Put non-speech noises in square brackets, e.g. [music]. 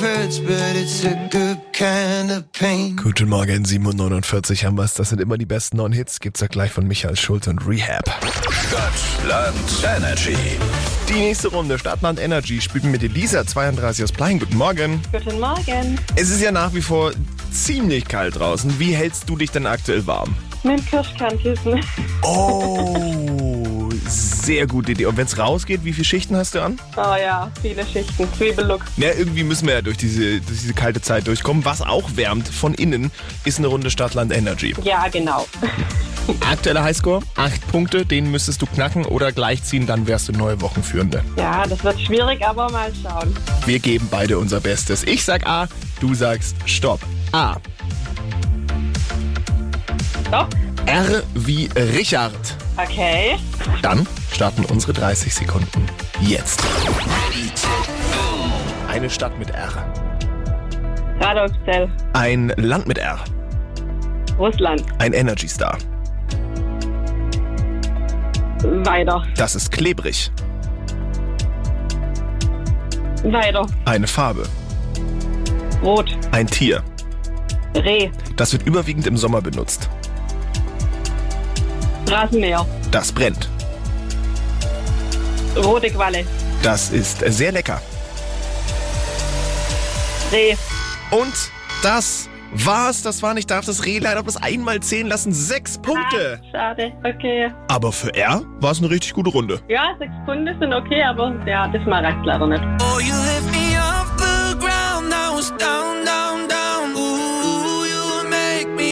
hurts, but it's a good kind of pain. Guten Morgen, 7.49 haben wir's. Das sind immer die besten neuen Hits. Gibt's ja gleich von Michael Schulz und Rehab. Stadtland Energy. Die nächste Runde, Stadtland Energy, spielt mit Elisa, 32 aus Plein. Guten Morgen. Guten Morgen. Es ist ja nach wie vor ziemlich kalt draußen. Wie hältst du dich denn aktuell warm? Mit Kirschkernkissen. [laughs] Oh, sehr gute Idee. Und wenn's rausgeht, wie viele Schichten hast du an? Oh ja, viele Schichten. Zwiebellook. Ja, irgendwie müssen wir ja durch diese, durch diese kalte Zeit durchkommen. Was auch wärmt von innen, ist eine Runde Stadtland Energy. Ja, genau. [laughs] Aktueller Highscore, acht Punkte, den müsstest du knacken oder gleichziehen, dann wärst du neue Wochenführende. Ja, das wird schwierig, aber mal schauen. Wir geben beide unser Bestes. Ich sag A, du sagst Stopp. A. Stopp. R wie Richard. Okay. Dann starten unsere 30 Sekunden jetzt. Eine Stadt mit R. Radolfzell. Ein Land mit R. Russland. Ein Energy Star. Weiter. Das ist klebrig. Weiter. Eine Farbe. Rot. Ein Tier. Reh. Das wird überwiegend im Sommer benutzt. Rasenmäher. Das brennt. Rote Qualle. Das ist sehr lecker. Reh. Und das war's. Das war nicht darf das Reh leider das einmal zählen lassen. Sechs Punkte. Ah, schade. Okay. Aber für R war es eine richtig gute Runde. Ja, sechs Punkte sind okay, aber ja, das mal reicht leider nicht. Oh, you lift me off the ground, now it's down, down.